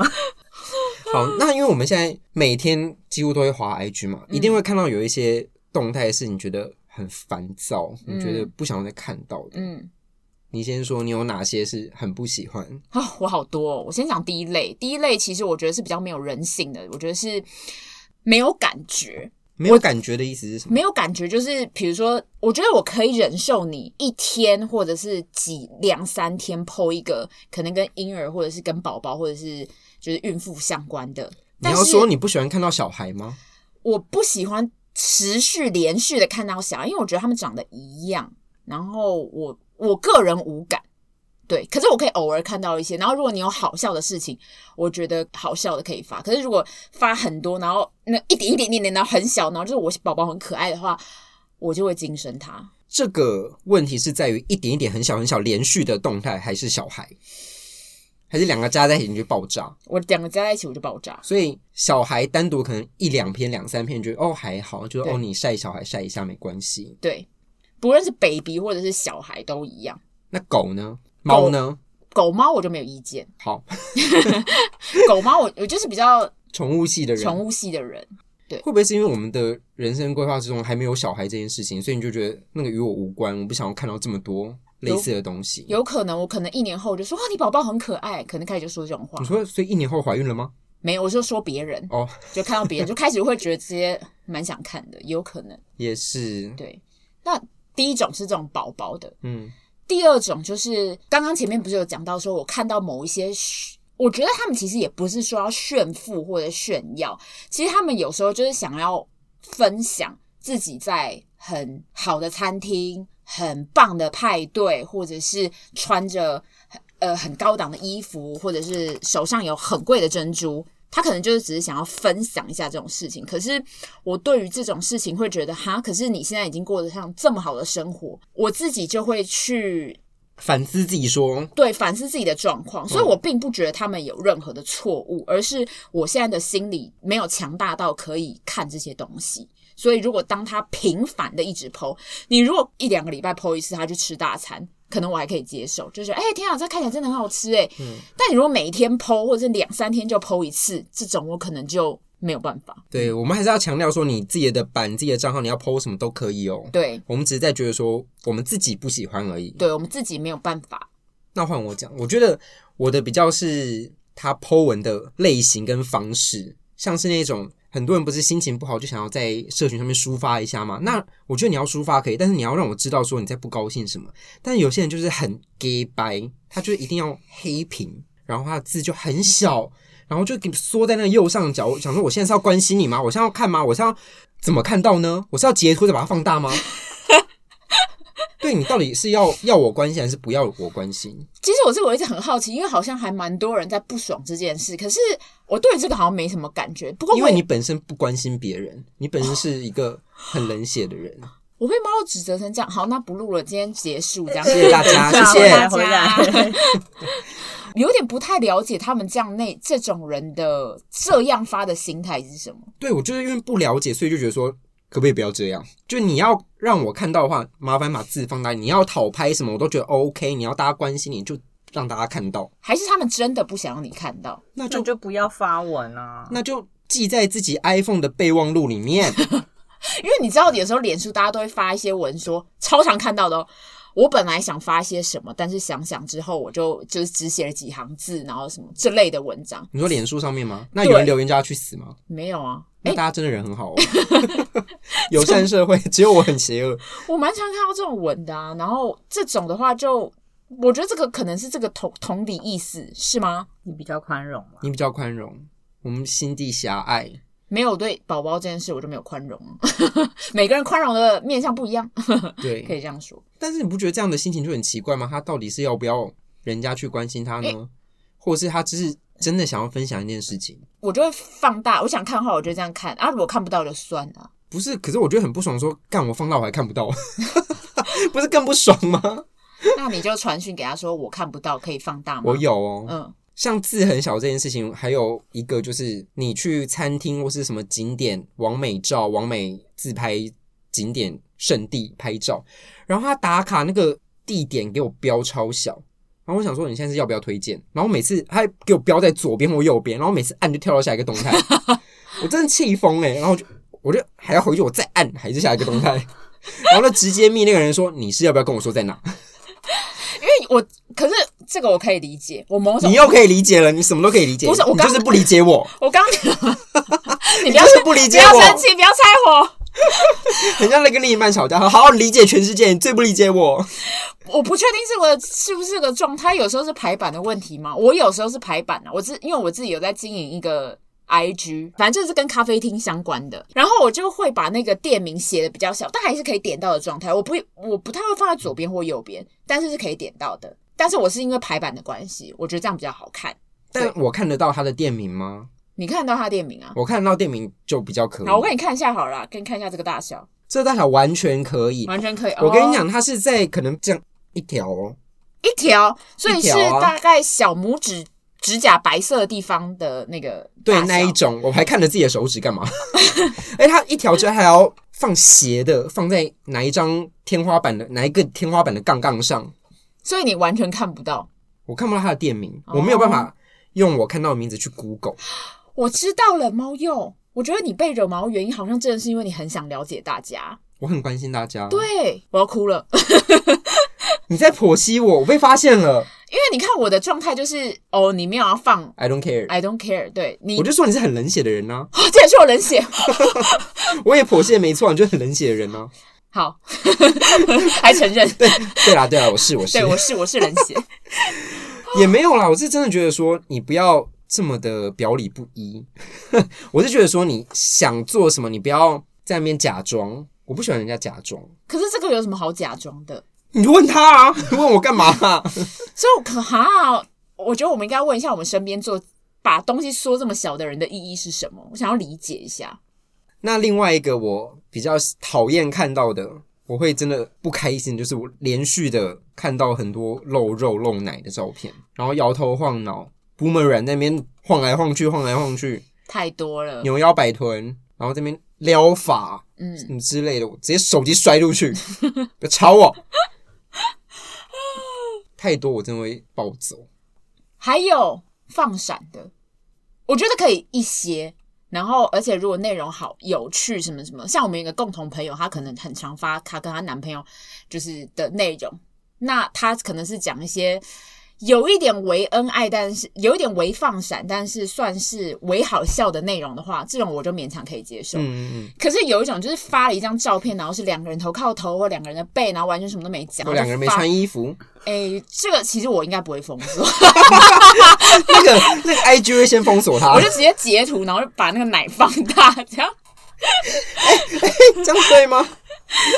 Speaker 1: 好，那因为我们现在每天几乎都会滑 IG 嘛，一定
Speaker 2: 嗯
Speaker 1: 会看到有一些动态是你觉得很烦躁，你觉得不想再看到的。
Speaker 2: 嗯，
Speaker 1: 你先说，你有哪些是很不喜欢？
Speaker 2: 啊、我好多、哦。我先讲第一类，第一类其实我觉得是比较没有人性的，我觉得是没有感觉。
Speaker 1: 没有感觉的意思是什么？
Speaker 2: 没有感觉，就是比如说，我觉得我可以忍受你一天或者是几两三天剖一个，可能跟婴儿或者是跟宝宝或者是就是孕妇相关的。
Speaker 1: 你
Speaker 2: 但
Speaker 1: 要
Speaker 2: 是
Speaker 1: 说你不喜欢看到小孩吗？
Speaker 2: 我不喜欢持续连续的看到小孩，因为我觉得他们长得一样，然后我我个人无感。对，可是我可以偶尔看到一些，然后如果你有好笑的事情，我觉得好笑的可以发。可是如果发很多，然后那一点一点一点点，然后很小，然后就是我宝宝很可爱的话，我就会精生他。
Speaker 1: 这个问题是在于一点一点很小很小连续的动态，还是小孩，还是两个加在一起你就爆炸？
Speaker 2: 我两个加在一起我就爆炸。
Speaker 1: 所以小孩单独可能一两篇、两三篇，觉得哦还好，就是
Speaker 2: 对
Speaker 1: 哦你晒小孩晒一下没关系。
Speaker 2: 对，不论是 baby 或者是小孩都一样。
Speaker 1: 那狗呢？猫呢？
Speaker 2: 狗猫我就没有意见，
Speaker 1: 好，
Speaker 2: *laughs* 狗猫我我就是比较
Speaker 1: 宠物系的人
Speaker 2: 宠物系的人，
Speaker 1: 会不会是因为我们的人生规划之中还没有小孩这件事情，所以你就觉得那个与我无关，我不想要看到这么多类似的东西？
Speaker 2: 有可能我可能一年后我就说哇你宝宝很可爱，可能开始就说这种话
Speaker 1: 你，说，所以一年后怀孕了吗？
Speaker 2: 没有我就说别人，
Speaker 1: 哦，
Speaker 2: 就看到别人就开始会觉得这些蛮想看的，也有可能
Speaker 1: 也是，
Speaker 2: 对。那第一种是这种宝宝的，
Speaker 1: 嗯，
Speaker 2: 第二种就是刚刚前面不是有讲到说，我看到某一些炫，我觉得他们其实也不是说要炫富或者炫耀，其实他们有时候就是想要分享自己在很好的餐厅、很棒的派对，或者是穿着呃很高档的衣服，或者是手上有很贵的珍珠。他可能就是只是想要分享一下这种事情，可是我对于这种事情会觉得哈，可是你现在已经过得上这么好的生活，我自己就会去
Speaker 1: 反思自己说，
Speaker 2: 对反思自己的状况，
Speaker 1: 嗯
Speaker 2: 所以我并不觉得他们有任何的错误，而是我现在的心理没有强大到可以看这些东西。所以，如果当他频繁的一直剖，你如果一两个礼拜剖一次，他去吃大餐，可能我还可以接受，就是哎、天啊，这看起来真的
Speaker 1: 嗯
Speaker 2: 很好吃哎、但你如果每天剖，或者是两三天就剖一次，这种我可能就没有办法。
Speaker 1: 对我们还是要强调说，你自己的版、你自己的账号，你要 PO 什么都可以哦。
Speaker 2: 对，
Speaker 1: 我们只是在觉得说，我们自己不喜欢而已。
Speaker 2: 对我们自己没有办法。
Speaker 1: 那换我讲，我觉得我的比较是他 Po 文的类型跟方式，像是那种很多人不是心情不好就想要在社群上面抒发一下嘛。那我觉得你要抒发可以，但是你要让我知道说你在不高兴什么。但有些人就是很 gay 白，他就是一定要黑屏，然后他的字就很小，然后就给缩在那个右上角。我想说，我现在是要关心你吗？我现在要看吗？我是要怎么看到呢？我是要截图再把它放大吗？对你到底是要要我关心还是不要我关心？
Speaker 2: 其实我这我一直很好奇，因为好像还蛮多人在不爽这件事，可是我对这个好像没什么感觉。不过
Speaker 1: 因
Speaker 2: 我
Speaker 1: 为
Speaker 2: 也
Speaker 1: 你本身不关心别人，你本身是一个很冷血的人。
Speaker 2: 我被猫指责成这样，好，那不录了，今天结束这样。
Speaker 1: 谢谢大家，
Speaker 3: 啊
Speaker 1: 谢
Speaker 3: 回
Speaker 1: 谢
Speaker 3: 来。
Speaker 1: *laughs*
Speaker 3: 回来，
Speaker 2: 有点不太了解他们这样内这种人的这样发的心态是什么。
Speaker 1: *laughs* 对我就是因为不了解，所以就觉得说，可不可以不要这样？就你要让我看到的话，麻烦把字放大。你要讨拍什么，我都觉得 OK。你要大家关心你，就让大家看到，
Speaker 2: 还是他们真的不想让你看到？
Speaker 1: 那
Speaker 3: 那
Speaker 1: 就
Speaker 3: 就不要发文啊。
Speaker 1: 那就记在自己 iPhone 的备忘录里 *laughs* 面。
Speaker 2: 因为你知道，有时候脸书大家都会发一些文说，超常看到的哦。我本来想发些什么，但是想想之后，我就就是只写了几行字，然后什么这类的文章
Speaker 1: 你说脸书上面吗？那有人
Speaker 2: 对
Speaker 1: 留言叫他去死吗？
Speaker 2: 没有啊。哎、
Speaker 1: 那大家真的人很好 *laughs* 哦，友善社会，只有我很邪恶。
Speaker 2: 我蛮常看到这种文的啊。然后这种的话就，我觉得这个可能是这个同同理意思是吗？
Speaker 3: 你比较宽容嘛。
Speaker 1: 你比较宽容，我们心地狭隘。
Speaker 2: 没有对宝宝这件事，我就没有宽容 *laughs* 啊。每个人宽容的面向不一样， *laughs*
Speaker 1: 对，
Speaker 2: 可以这样说。
Speaker 1: 但是你不觉得这样的心情就很奇怪吗？他到底是要不要人家去关心他呢，或者是他只是真的想要分享一件事情？
Speaker 2: 我就会放大，我想看的话，我就这样看啊。如果看不到就算了。
Speaker 1: 不是，可是我觉得很不爽说干我放大我还看不到， *laughs* 不是更不爽吗？
Speaker 2: 那你就传讯给他说，我看不到，可以放大吗？
Speaker 1: 我有哦，
Speaker 2: 嗯，
Speaker 1: 像字很小这件事情，还有一个就是你去餐厅或是什么景点完美照、完美自拍景点圣地拍照，然后他打卡那个地点给我标超小，然后我想说你现在是要不要推荐？然后每次他还给我标在左边或右边，然后每次按就跳到下一个动
Speaker 2: *laughs*
Speaker 1: 态，我真的气疯哎！然后我就我就还要回去，我再按还是下一个动态，然后就直接密那个人说你是要不要跟我说在
Speaker 2: *laughs*
Speaker 1: 哪？
Speaker 2: 因为我可是这个我可以理解，我某种
Speaker 1: 你又可以理解了，你什么都可以理解，
Speaker 2: 不是我
Speaker 1: 你
Speaker 2: 刚
Speaker 1: 就是不理解我。*laughs*
Speaker 2: 我刚， *laughs* 你
Speaker 1: 就
Speaker 2: 不要
Speaker 1: 是不理
Speaker 2: 不
Speaker 1: 解
Speaker 2: 要
Speaker 1: 我，
Speaker 2: 生气，不要拆火，
Speaker 1: 很像在跟另一半吵架，好好理解全世界，你最不理解
Speaker 2: *laughs*
Speaker 1: 我。
Speaker 2: 我不确定是我的是不是个状态，有时候是排版的问题吗？我有时候是排版啊，我自因为我自己有在经营一个。I G，反正就是跟咖啡厅相关的，然后我就会把那个店名写的比较小，但还是可以点到的状态。我不我不太会放在左边或右边，但是是可以点到的。但是我是因为排版的关系，我觉得这样比较好看。
Speaker 1: 但我看得到他的店名吗？
Speaker 2: 你看得到它店名啊？
Speaker 1: 我看得到店名就比较可以。
Speaker 2: 好，我给你看一下好了啦，给你看一下这个大小，
Speaker 1: 这大小完全可以。
Speaker 2: 完全可以。
Speaker 1: 我跟
Speaker 2: 哦
Speaker 1: 你讲，它是在可能这样一条哦，
Speaker 2: 一条，所以
Speaker 1: 一
Speaker 2: 是
Speaker 1: 条啊
Speaker 2: 大概小拇指指甲白色的地方的那个
Speaker 1: 对
Speaker 2: 大小
Speaker 1: 那一种，我还看着自己的手指干
Speaker 2: *laughs*
Speaker 1: 嘛？ *laughs* 哎，它一条之外还要放斜的，放在哪一张天花板的哪一个天花板的杠杠上？
Speaker 2: 所以你完全看不到。
Speaker 1: 我看不到它的店名，
Speaker 2: 哦
Speaker 1: 我没有办法用我看到的名字去 Google。
Speaker 2: 我知道了，猫鼬，我觉得你被惹毛的原因好像真的是因为你很想了解大家。
Speaker 1: 我很关心大家，
Speaker 2: 对，我要哭了， *laughs*
Speaker 1: 你在剖析我，我被发现了。
Speaker 2: 因为你看我的状态就是哦，你没有要放
Speaker 1: I don't care。
Speaker 2: ，I don't care，对你
Speaker 1: 我，就说你是很冷血的人呐、
Speaker 2: 哦，竟然是我冷血。
Speaker 1: 我也剖析的没错，你就是很冷血的人呐、
Speaker 2: 好， *laughs* 还承认，
Speaker 1: 对对啦，对啦，我是我是
Speaker 2: 对我是我是冷
Speaker 1: *laughs*
Speaker 2: 血。
Speaker 1: 也没有啦，我是真的觉得说你不要这么的表里不一， *laughs* 我是觉得说你想做什么，你不要在那边假装。我不喜欢人家假装，
Speaker 2: 可是这个有什么好假装的？
Speaker 1: 你就问他啊， *laughs* 你问我干嘛、
Speaker 2: 所以我可哈，我觉得我们应该问一下我们身边做把东西缩这么小的人的意义是什么？我想要理解一下。
Speaker 1: 那另外一个我比较讨厌看到的，我会真的不开心，就是我连续的看到很多露肉露奶的照片，然后摇头晃脑，不门软那边晃来晃去，晃来晃去，
Speaker 2: 太多了，
Speaker 1: 扭腰摆臀，然后这边撩法，
Speaker 2: 嗯
Speaker 1: 嗯，什么之类的，我直接手机摔出去，别吵我。太多我真的会暴走，
Speaker 2: 还有放闪的，我觉得可以一些，然后，而且如果内容好、有趣什么什么，像我们有一个共同朋友，她可能很常发她跟她男朋友就是的内容，那她可能是讲一些有一点为恩爱，但是有一点为放闪，但是算是为好笑的内容的话，这种我就勉强可以接受。
Speaker 1: 嗯嗯
Speaker 2: 可是有一种就是发了一张照片，然后是两个人头靠头或两个人的背，然后完全什么都没讲，
Speaker 1: 嗯，有两个人没穿
Speaker 2: 衣。
Speaker 1: 衣服，
Speaker 2: 哎、这个其实我应该不会封锁，
Speaker 1: 那个那个 IG 会先封锁他
Speaker 2: 我，就直接截图，然后就把那个奶放大，这样
Speaker 1: 这样对吗？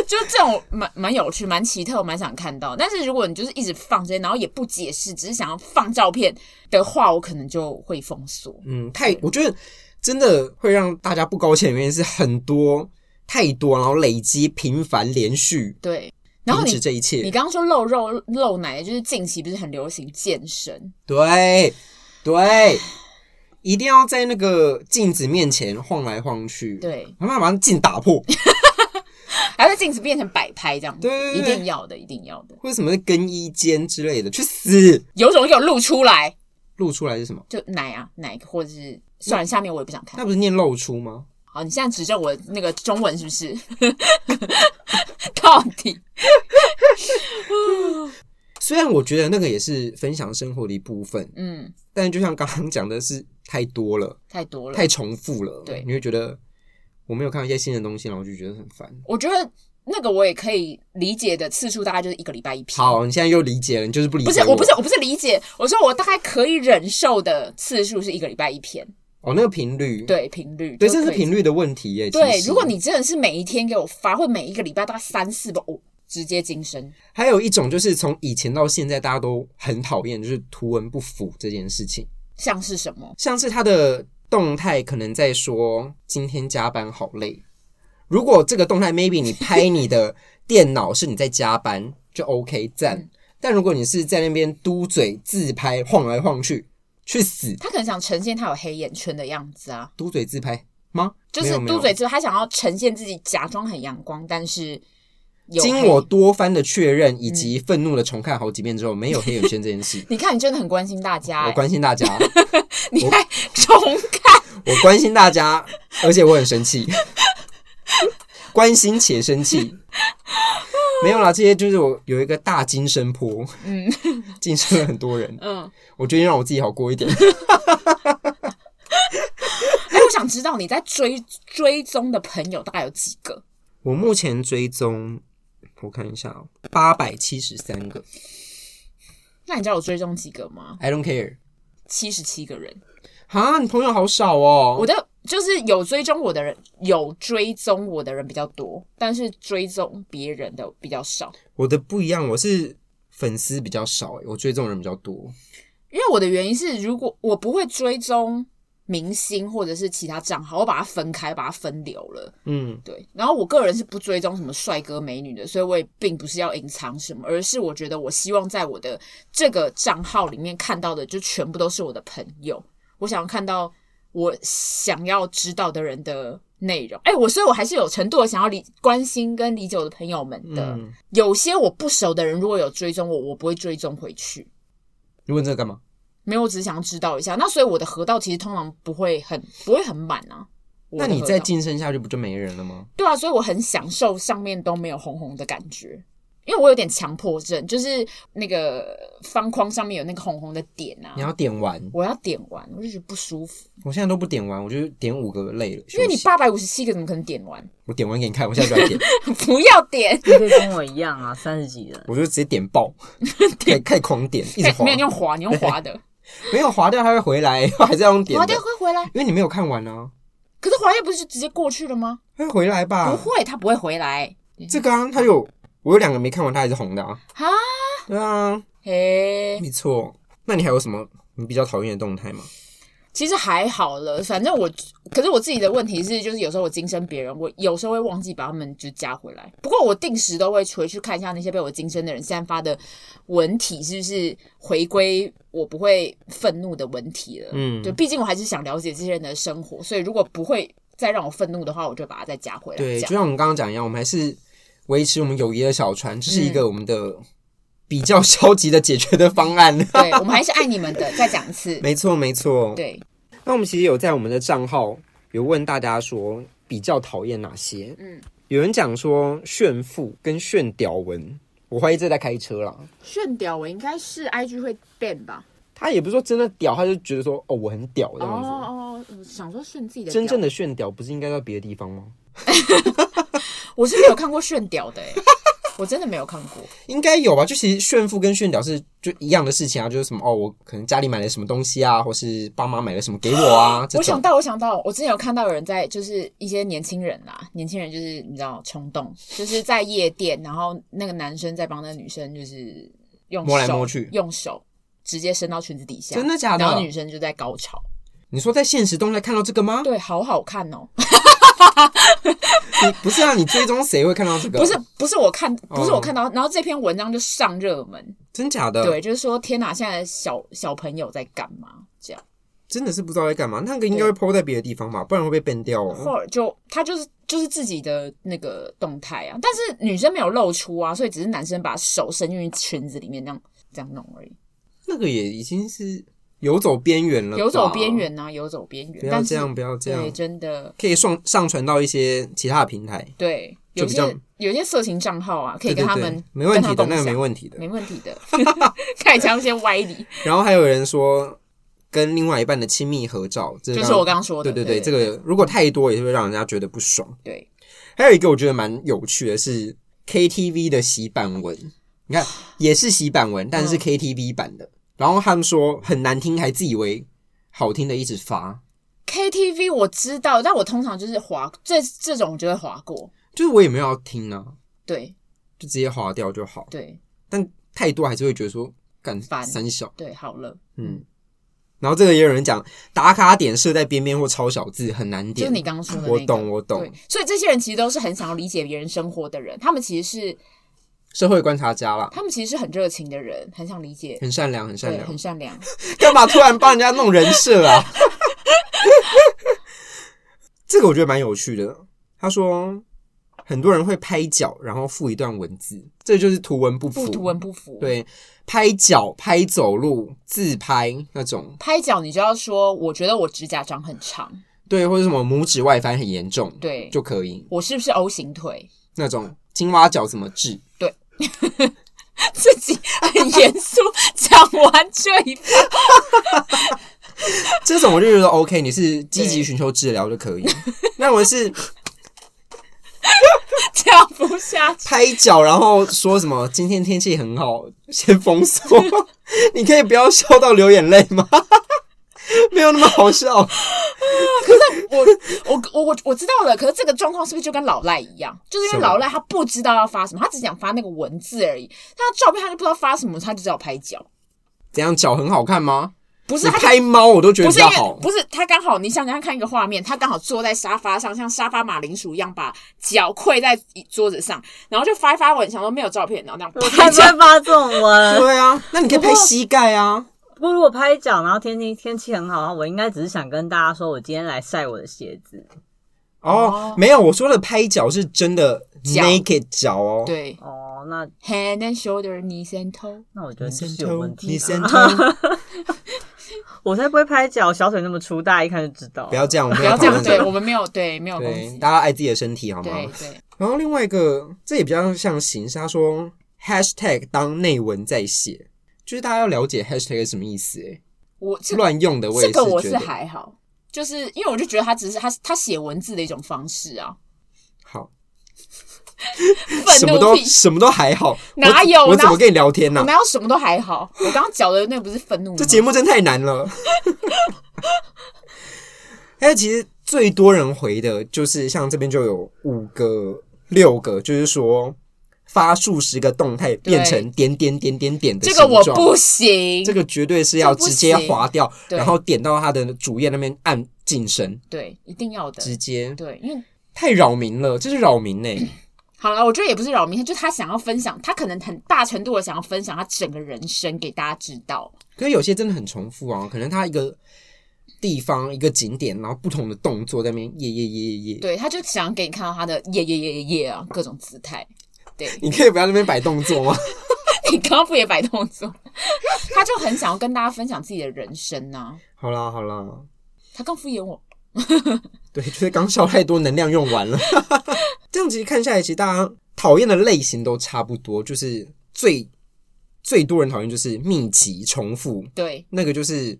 Speaker 2: 就这种蛮蛮有趣、蛮奇特，我蛮想看到。但是如果你就是一直放这些，然后也不解释，只是想要放照片的话，我可能就会封锁。
Speaker 1: 嗯，太我觉得真的会让大家不高兴的原因是很多太多，然后累积频繁连续
Speaker 2: 对，然后
Speaker 1: 停
Speaker 2: 你
Speaker 1: 止这一
Speaker 2: 你
Speaker 1: 切，
Speaker 2: 刚刚说露肉露奶，就是近期不是很流行健身，
Speaker 1: 对对，一定要在那个镜子面前晃来晃去，，
Speaker 2: 对，
Speaker 1: 然后把那镜打破，
Speaker 2: 还会镜子变成摆拍这样子，
Speaker 1: 对对对
Speaker 2: 一
Speaker 1: 对
Speaker 2: 定要的，一定要的。
Speaker 1: 或者什么更衣间之类的，去死！
Speaker 2: 有种给我露出来，
Speaker 1: 露出来是什么？
Speaker 2: 就奶啊奶，或者是算了，下面我也不想看。
Speaker 1: 那不是念露出吗？
Speaker 2: 好，你现在指正我那个中文是不是？ *laughs* 到底
Speaker 1: 虽然我觉得那个也是分享生活的一部分，
Speaker 2: 嗯
Speaker 1: 但就像刚刚讲的是太多了，
Speaker 2: 太多了，
Speaker 1: 太重复了，
Speaker 2: 对
Speaker 1: 你会觉得我没有看到一些新的东西，然后我就觉得很烦。
Speaker 2: 我觉得那个我也可以理解的次数大概就是一个礼拜一批。
Speaker 1: 好，你现在又理解了，你就是不理解
Speaker 2: 不是我不是我不是理解，我说我大概可以忍受的次数是一个礼拜一篇，
Speaker 1: 哦，那个频率，
Speaker 2: 对频率，
Speaker 1: 对，
Speaker 2: 就
Speaker 1: 这是
Speaker 2: 可以
Speaker 1: 频率的问题耶。
Speaker 2: 对
Speaker 1: 其，实
Speaker 2: 如果你真的是每一天给我发，或每一个礼拜大概三四个，我、直接晋升。
Speaker 1: 还有一种就是从以前到现在大家都很讨厌，就是图文不符这件事情，
Speaker 2: 像是什么？
Speaker 1: 像是他的动态可能在说今天加班好累，如果这个动态 maybe 你拍你的电脑是你在加班就 OK
Speaker 2: 嗯
Speaker 1: 赞，但如果你是在那边嘟嘴自拍晃来晃去，去死！
Speaker 2: 他可能想呈现他有黑眼圈的样子啊，
Speaker 1: 嘟嘴自拍吗？
Speaker 2: 就是
Speaker 1: 没有没有
Speaker 2: 嘟嘴之后，他想要呈现自己假装很阳光，但是有
Speaker 1: 经
Speaker 2: 黑嗯
Speaker 1: 我多番的确认以及愤怒的重看好几遍之后，没有黑眼圈这件
Speaker 2: *laughs*。
Speaker 1: 事
Speaker 2: 你看，你真的很关心大家、
Speaker 1: 我
Speaker 2: 欸，
Speaker 1: 关心大家，
Speaker 2: 你还 *laughs* 重看，
Speaker 1: 我关心大家，而且我很生气， *laughs* 关心且生气。没有啦，这些就是我有一个大精神坡，
Speaker 2: 嗯
Speaker 1: 晋升了很多人。
Speaker 2: 嗯，
Speaker 1: 我决定让我自己好过一点。
Speaker 2: 哎、我想知道你在追追踪的朋友大概有几个？
Speaker 1: 我目前追踪，我看一下、哦，八百七十三个
Speaker 2: 那你知道我追踪几个吗？
Speaker 1: ，I don't care。
Speaker 2: 七十七个人，
Speaker 1: 哈，你朋友好少哦。
Speaker 2: 我的就是有追踪我的人，有追踪我的人比较多，但是追踪别人的比较少。
Speaker 1: 我的不一样，我是粉丝比较少、欸，我追踪人比较多。
Speaker 2: 因为我的原因是，如果我不会追踪明星或者是其他账号，我把它分开，把它分流了。
Speaker 1: 嗯，
Speaker 2: 对，然后我个人是不追踪什么帅哥美女的，所以我也并不是要隐藏什么，而是我觉得我希望在我的这个账号里面看到的，就全部都是我的朋友。我想要看到我想要知道的人的内容。哎，我所以，我还是有程度的想要理关心跟理解我的朋友们的。
Speaker 1: 嗯
Speaker 2: 有些我不熟的人，如果有追踪我，我不会追踪回去。
Speaker 1: 你问这个干嘛？
Speaker 2: 没有，我只是想要知道一下。那所以我的河道其实通常不会很不会很满啊。我
Speaker 1: 那
Speaker 2: 的
Speaker 1: 你
Speaker 2: 河
Speaker 1: 再
Speaker 2: 道
Speaker 1: 晋升下去不就没人了吗？
Speaker 2: 对啊，所以我很享受上面都没有红红的感觉，因为我有点强迫症，就是那个方框上面有那个红红的点啊
Speaker 1: 你，要点完，
Speaker 2: 我要点完，我就觉得不舒服，
Speaker 1: 我现在都不点完，我就点五个累了。
Speaker 2: 因为
Speaker 1: 休
Speaker 2: 你
Speaker 1: 息
Speaker 2: 八百五十七个怎么可能点完？ *laughs*
Speaker 1: 我点完给你看，我现在就来点，
Speaker 2: 不要点，
Speaker 3: 你可以跟我一样啊，三十几人。
Speaker 1: 我就直接点
Speaker 2: *laughs*
Speaker 1: 爆，开始开始狂点，一直滑，
Speaker 2: 哎没有你用滑，你用滑的，
Speaker 1: 没有滑掉，它会回来， *laughs* 我还是要用 *laughs* 点
Speaker 2: 滑
Speaker 1: 的
Speaker 2: 掉，会回来。
Speaker 1: 因为你没有看完啊，
Speaker 2: 可是滑掉不是就直接过去了吗？
Speaker 1: 它会回来吧
Speaker 2: 不？会，它不会回来
Speaker 1: 这个啊，它有我有两个没看完，它还是红的啊。
Speaker 2: 哈，
Speaker 1: 对啊，
Speaker 2: 嘿，
Speaker 1: 没错。那你还有什么你比较讨厌的动态吗？
Speaker 2: 其实还好了，反正我，可是我自己的问题是，就是有时候我精生别人，我有时候会忘记把他们就加回来。不过我定时都会回去看一下那些被我精生的人现在发的文体是不是回归我不会愤怒的文体了。
Speaker 1: 嗯
Speaker 2: 就毕竟我还是想了解这些人的生活，所以如果不会再让我愤怒的话，我就把它再加回来。
Speaker 1: 对，
Speaker 2: 这
Speaker 1: 就
Speaker 2: 样
Speaker 1: 像我们刚刚讲一样，我们还是维持我们友谊的小船，这是一
Speaker 2: 嗯
Speaker 1: 个我们的比较 *laughs* 消极的解决的方案。 *laughs*
Speaker 2: 对，我们还是爱你们的。再讲一次，
Speaker 1: 没错，没错。
Speaker 2: 对，
Speaker 1: 那我们其实有在我们的账号。有问大家说比较讨厌哪些？
Speaker 2: 嗯，
Speaker 1: 有人讲说炫富跟炫屌文，我怀疑这在开车啦。
Speaker 2: 炫屌我应该是 IG 会 ban 吧？
Speaker 1: 他也不是说真的屌，他就觉得说哦我很屌这样子。
Speaker 2: 哦哦，我想说炫自己的。
Speaker 1: 真正
Speaker 2: 的，
Speaker 1: 的炫屌不是应该到别的地方吗？
Speaker 2: 我是没有看过炫屌的、欸， *laughs* 我真的没有看过。
Speaker 1: 应该有吧？就其实炫富跟炫屌是就一样的事情啊，就是什么哦，我可能家里买了什么东西啊，或是爸妈买了什么给我啊，这
Speaker 2: 哦我想
Speaker 1: 种。
Speaker 2: 到，我想到，我之前有看到有人在，就是一些年轻人啦，年轻人就是你知道冲动，就是在夜店，然后那个男生在帮那个女生就是用
Speaker 1: 摸来
Speaker 2: 手
Speaker 1: 摸去
Speaker 2: 用手直接伸到裙子底下，
Speaker 1: 真的假的
Speaker 2: 然后女生就在高潮，
Speaker 1: 你说在现实中在看到这个吗？
Speaker 2: 对，好好看哦，
Speaker 1: 你不是啊，你追踪谁会看到这个？
Speaker 2: 不是，不是我看，不是
Speaker 1: 哦
Speaker 2: 我看到，然后这篇文章就上热门，
Speaker 1: 真假的，，
Speaker 2: 对，就是说天哪，现在的小小朋友在干嘛？这样，
Speaker 1: 真的是不知道在干嘛。那个应该会抛在别的地方吧，不然会被变掉哦。
Speaker 2: 或者就他就是就是自己的那个动态啊，但是女生没有露出啊，所以只是男生把手伸进去裙子里面这样这样弄而已，
Speaker 1: 那个也已经是游走边缘了，
Speaker 2: 游走边，缘呐，游走边缘。
Speaker 1: 不要
Speaker 2: 但
Speaker 1: 这
Speaker 2: 是
Speaker 1: 样，不要这
Speaker 2: 对，
Speaker 1: 样，
Speaker 2: 真的
Speaker 1: 可以上上传到一些其他的平台，
Speaker 2: 对，
Speaker 1: 就
Speaker 2: 有
Speaker 1: 比
Speaker 2: 些
Speaker 1: 较
Speaker 2: 有些色情账号啊，可以
Speaker 1: 对
Speaker 2: 跟
Speaker 1: 对
Speaker 2: 他
Speaker 1: 对
Speaker 2: 们
Speaker 1: 没问题
Speaker 2: 跟他
Speaker 1: 的，
Speaker 2: 共
Speaker 1: 那个
Speaker 2: 享
Speaker 1: 没问题的。
Speaker 2: 没问题的， *laughs* 开始讲一些歪理，
Speaker 1: 然后还有人说跟另外一半的亲密合照，这
Speaker 2: 就是我刚刚说的，
Speaker 1: 对对
Speaker 2: 对
Speaker 1: 对，这个如果太多也是会让人家觉得不爽。
Speaker 2: 对
Speaker 1: 还有一个我觉得蛮有趣的是 KTV 的洗版文，你
Speaker 2: *sighs*
Speaker 1: 看也是洗版文，但是
Speaker 2: 嗯
Speaker 1: KTV 版的。然后他们说很难听，还自以为好听的一直发，
Speaker 2: KTV 我知道，但我通常就是划这这种我就会划过，
Speaker 1: 就是我也没有要听啊，
Speaker 2: 对
Speaker 1: 就直接划掉就好。
Speaker 2: 对
Speaker 1: 但太多还是会觉得说干
Speaker 2: 烦
Speaker 1: 三小，
Speaker 2: 对，好了，
Speaker 1: 嗯。然后这个也有人讲打卡点设在边边或超小字很难
Speaker 2: 就
Speaker 1: 点，
Speaker 2: 是你刚刚说的那个，
Speaker 1: 我懂我懂
Speaker 2: 对，，所以这些人其实都是很想要理解别人生活的人，他们其实是
Speaker 1: 社会观察家啦，
Speaker 2: 他们其实是很热情的人，很想理解，
Speaker 1: 很善良很善
Speaker 2: 对，
Speaker 1: 良
Speaker 2: 很，善良。
Speaker 1: *laughs* 干嘛突然帮人家弄人设啊？ *laughs* 这个我觉得蛮有趣的。他说，很多人会拍脚，然后附一段文字，这就是图文不符。
Speaker 2: 不图文不符。，
Speaker 1: 对，拍脚、拍走路、自拍那种，
Speaker 2: 拍脚你就要说，我觉得我指甲长很长，
Speaker 1: 对，或者什么拇指外翻很严重，
Speaker 2: 对
Speaker 1: 就可以
Speaker 2: 我是不是 O 型腿？
Speaker 1: 那种青蛙脚怎么治？
Speaker 2: 自己很严肃讲完这一趴，
Speaker 1: 这种我就觉得 OK，你是积极寻求治疗就可以。那我是
Speaker 2: 讲不下去。
Speaker 1: 拍脚，然后说什么今天天气很好，先封锁。 *laughs* 你可以不要笑到流眼泪吗？ *laughs* 没有那么好笑，
Speaker 2: 我我我我我知道了，可是这个状况是不是就跟老赖一样？就是因为
Speaker 1: 什么
Speaker 2: 老赖他不知道要发什么，他只想发那个文字而已，他的照片他就不知道发什么，他就只好拍脚。
Speaker 1: 怎样脚很好看吗？
Speaker 2: 不是
Speaker 1: 你
Speaker 2: 他就
Speaker 1: 拍猫我都觉得
Speaker 2: 不
Speaker 1: 比
Speaker 2: 是
Speaker 1: 较
Speaker 2: 因为
Speaker 1: 好，
Speaker 2: 不是他刚好，你想想看一个画面，他刚好坐在沙发上，像沙发马铃薯一样，把脚跪在桌子上，然后就发一发文，想说没有照片，然后那样
Speaker 3: 我
Speaker 2: 拍
Speaker 3: 才
Speaker 2: 照。
Speaker 3: 不会发这种
Speaker 2: 呃
Speaker 3: *laughs* 文。
Speaker 1: 对啊，那你可以拍膝盖啊，
Speaker 3: 不过如果拍脚，然后天气天气很好，我应该只是想跟大家说，我今天来晒我的鞋子。
Speaker 1: 哦，没有，我说的拍脚是真的
Speaker 2: 脚
Speaker 1: naked 脚哦，，
Speaker 2: 对
Speaker 3: 哦，那
Speaker 2: ，hand and shoulder knees and toe，
Speaker 3: 那我觉
Speaker 1: 你
Speaker 3: 得就
Speaker 1: 先
Speaker 3: 是有
Speaker 1: 偷
Speaker 3: 问，题
Speaker 1: 你
Speaker 3: 啦、
Speaker 1: 先偷，
Speaker 3: *laughs* 我才不会拍脚，小腿那么粗，大家一看就知道。
Speaker 1: 不要这样，我们
Speaker 2: 不要
Speaker 1: 讨
Speaker 2: 这样，
Speaker 1: 论
Speaker 2: 对
Speaker 1: 个
Speaker 2: 我们没有对没有攻
Speaker 1: 对，
Speaker 2: 击，
Speaker 1: 大家爱自己的身体好吗？
Speaker 2: 对对，
Speaker 1: 然后另外一个，这也比较像形式，他说 hashtag 当内文在写，就是大家要了解 hashtag 是什么意思、欸，
Speaker 2: 我这
Speaker 1: 乱用的我也
Speaker 2: 这
Speaker 1: 是
Speaker 2: 个我
Speaker 1: 觉
Speaker 2: 是
Speaker 1: 得
Speaker 2: 还好，就是因为我就觉得他只是他他写文字的一种方式啊，
Speaker 1: 好，什
Speaker 2: 愤
Speaker 1: 么
Speaker 2: 怒
Speaker 1: 都
Speaker 2: 屁，
Speaker 1: 什么都还好，
Speaker 2: 啊哪
Speaker 1: 我
Speaker 2: 有
Speaker 1: 我怎
Speaker 2: 哪
Speaker 1: 么跟你聊天呢、
Speaker 2: 我哪有什么都还好，我刚刚讲的那个不是愤怒吗，
Speaker 1: 这节目真太难了。 *laughs* 还有，其实最多人回的就是像这边就有五个、六个，就是说发数十个动态变成点点点点点的
Speaker 2: 这个我
Speaker 1: 形状
Speaker 2: 不行，
Speaker 1: 这个绝对是要
Speaker 2: 这不
Speaker 1: 直接
Speaker 2: 行
Speaker 1: 划掉，
Speaker 2: 对
Speaker 1: 然后点到他的主页那边按晋升，
Speaker 2: 对一定要的，
Speaker 1: 直接
Speaker 2: 对，因为。
Speaker 1: 太扰民了，这是扰民欸呢、
Speaker 2: *coughs* 好了，我觉得也不是扰民，就是他想要分享，他可能很大程度的想要分享他整个人生给大家知道。
Speaker 1: 可是有些真的很重复啊，可能他一个地方一个景点，然后不同的动作在那边耶耶耶耶耶。
Speaker 2: 对，他就想给你看到他的耶耶耶耶耶啊，各种姿态。 *laughs* 对
Speaker 1: 你可以不要在那边摆动作
Speaker 2: *laughs*
Speaker 1: 吗？
Speaker 2: 你刚刚不也摆动作？他就很想要啊跟大家分享自己的人生呐、
Speaker 1: 好啦好啦，
Speaker 2: 他刚敷衍我，
Speaker 1: 对，就是刚消太多能量用完
Speaker 2: *laughs*
Speaker 1: 了。这样其实看下来，其实大家讨厌的类型都差不多，就是最最多人讨厌就是密集重复，
Speaker 2: 对，
Speaker 1: 那个就是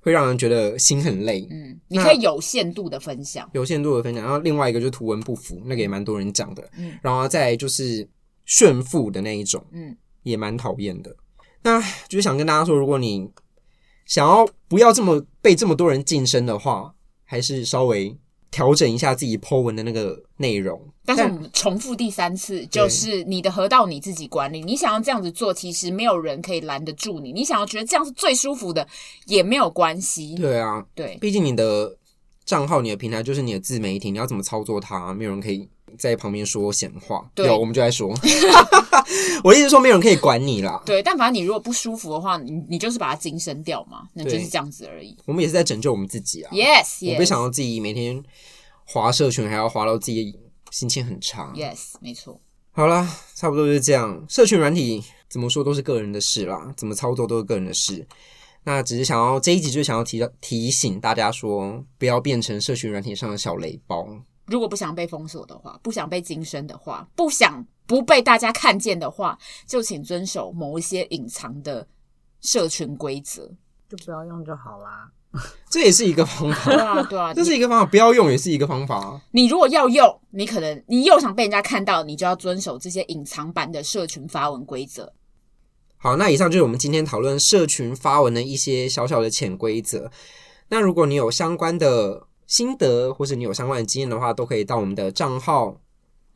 Speaker 1: 会让人觉得心很累。
Speaker 2: 嗯，你可以有限度的分享，
Speaker 1: 有限度的分享，然后另外一个就是图文不符，那个也蛮多人讲的。
Speaker 2: 嗯
Speaker 1: 然后再来就是炫富的那一种，
Speaker 2: 嗯，
Speaker 1: 也蛮讨厌的。那就是想跟大家说，如果你想要不要这么被这么多人晋升的话，还是稍微调整一下自己 Po 文的那个内容。
Speaker 2: 但是我们重复第三次，就是你的河道你自己管理，你想要这样子做，其实没有人可以拦得住你。你想要觉得这样是最舒服的，也没有关系。
Speaker 1: 对啊，
Speaker 2: 对，
Speaker 1: 毕竟你的账号、你的平台就是你的自媒体，你要怎么操作它，没有人可以在旁边说闲话。
Speaker 2: 对
Speaker 1: 有我们就在说， *laughs* 我一直说没有人可以管你啦。
Speaker 2: 对，但反正你如果不舒服的话，你你就是把它精升掉嘛，那就是
Speaker 1: 对
Speaker 2: 这样子而已。
Speaker 1: 我们也是在拯救我们自己啊。
Speaker 2: Yes，,
Speaker 1: 我
Speaker 2: yes
Speaker 1: 不想要自己每天划社群，还要划到自己心情很差。
Speaker 2: Yes，没错。
Speaker 1: 好啦，差不多就是这样。社群软体怎么说都是个人的事啦，怎么操作都是个人的事。那只是想要这一集就想要提到提醒大家说，不要变成社群软体上的小雷包。
Speaker 2: 如果不想被封锁的话，不想被精升的话，不想不被大家看见的话，就请遵守某一些隐藏的社群规则。
Speaker 3: 就不要用就好啦。
Speaker 1: 这也是一个方
Speaker 2: 对
Speaker 1: 法，
Speaker 2: 啊，
Speaker 1: *laughs*
Speaker 2: 对啊，
Speaker 1: 这是一个方法，不要用也是一个方法。啊
Speaker 2: 你如果要用，你可能你又想被人家看到，你就要遵守这些隐藏版的社群发文规则。
Speaker 1: 好，那以上就是我们今天讨论社群发文的一些小小的潜规则。那如果你有相关的心得，或是你有相关的经验的话，都可以到我们的账号、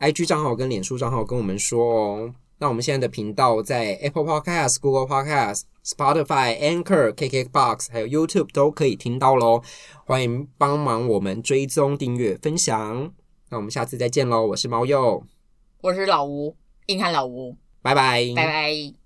Speaker 1: IG 账号跟脸书账号跟我们说哦。那我们现在的频道在 Apple Podcast、Google Podcast、Spotify、Anchor、KKBox 还有 YouTube 都可以听到喽。欢迎帮忙我们追踪、订阅、分享。那我们下次再见喽！我是猫鼬，
Speaker 2: 我是老吴，硬汉老吴，
Speaker 1: 拜拜，
Speaker 2: 拜拜。